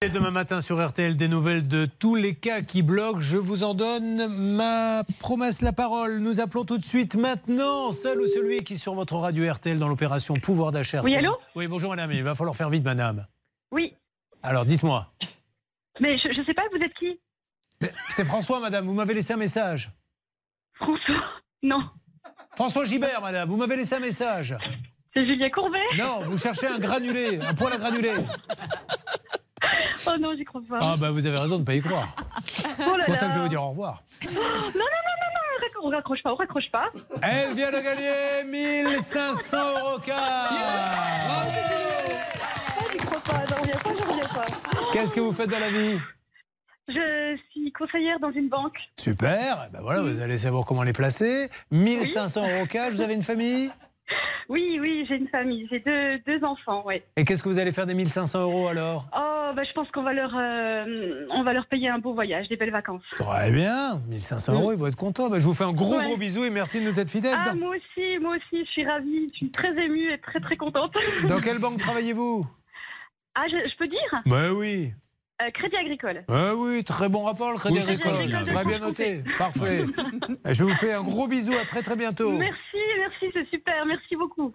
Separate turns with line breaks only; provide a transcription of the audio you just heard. Et demain matin sur RTL, des nouvelles de tous les cas qui bloquent. Je vous en donne ma promesse, la parole. Nous appelons tout de suite maintenant celle ou celui qui, sur votre radio RTL, dans l'opération Pouvoir d'achat.
Oui,
RTL.
allô
Oui, bonjour madame, il va falloir faire vite madame.
Oui,
Alors dites-moi.
mais je ne sais pas, vous êtes qui
Mais C'est François madame, vous m'avez laissé un message.
François Non,
François Gibert madame, vous m'avez laissé un message.
c'est Julien Courbet
Non, vous cherchez un granulé, un poil à granulé.
Oh non, j'y crois pas.
Ah bah vous avez raison de ne pas y croire.
oh là
C'est pour ça que
là.
je vais vous dire au revoir.
On raccroche pas, on raccroche pas.
Elle vient de gagner 1500 euros car.
Ah, j'y crois pas, non, reviens pas, je reviens pas.
Qu'est-ce que vous faites dans la vie
Je suis conseillère dans une banque.
Super, eh ben voilà, vous allez savoir comment les placer. 1500 euros cash, vous avez une famille
Oui, oui, j'ai une famille, j'ai deux, deux enfants, oui.
Et qu'est-ce que vous allez faire des 1500 euros alors
Oh, bah, je pense qu'on va leur, euh, on va leur payer un beau voyage, des belles vacances.
Très bien, 1500 euros, ils vont être contents. Ben, je vous fais un gros
Ouais.
gros bisou et merci de nous être fidèles.
Ah,
Dans-
moi aussi, moi aussi, je suis ravie, je suis très émue et très très contente.
Dans quelle banque travaillez-vous
Ah, je, je peux dire
Ben oui,
Euh, Crédit Agricole.
ben oui, très bon rapport le Crédit
Oui, c'est
Agricole.
ça,
Très bien noté, parfait. Je vous fais un gros bisou, à Oh. très très bientôt.
Merci, merci, c'est super, merci beaucoup.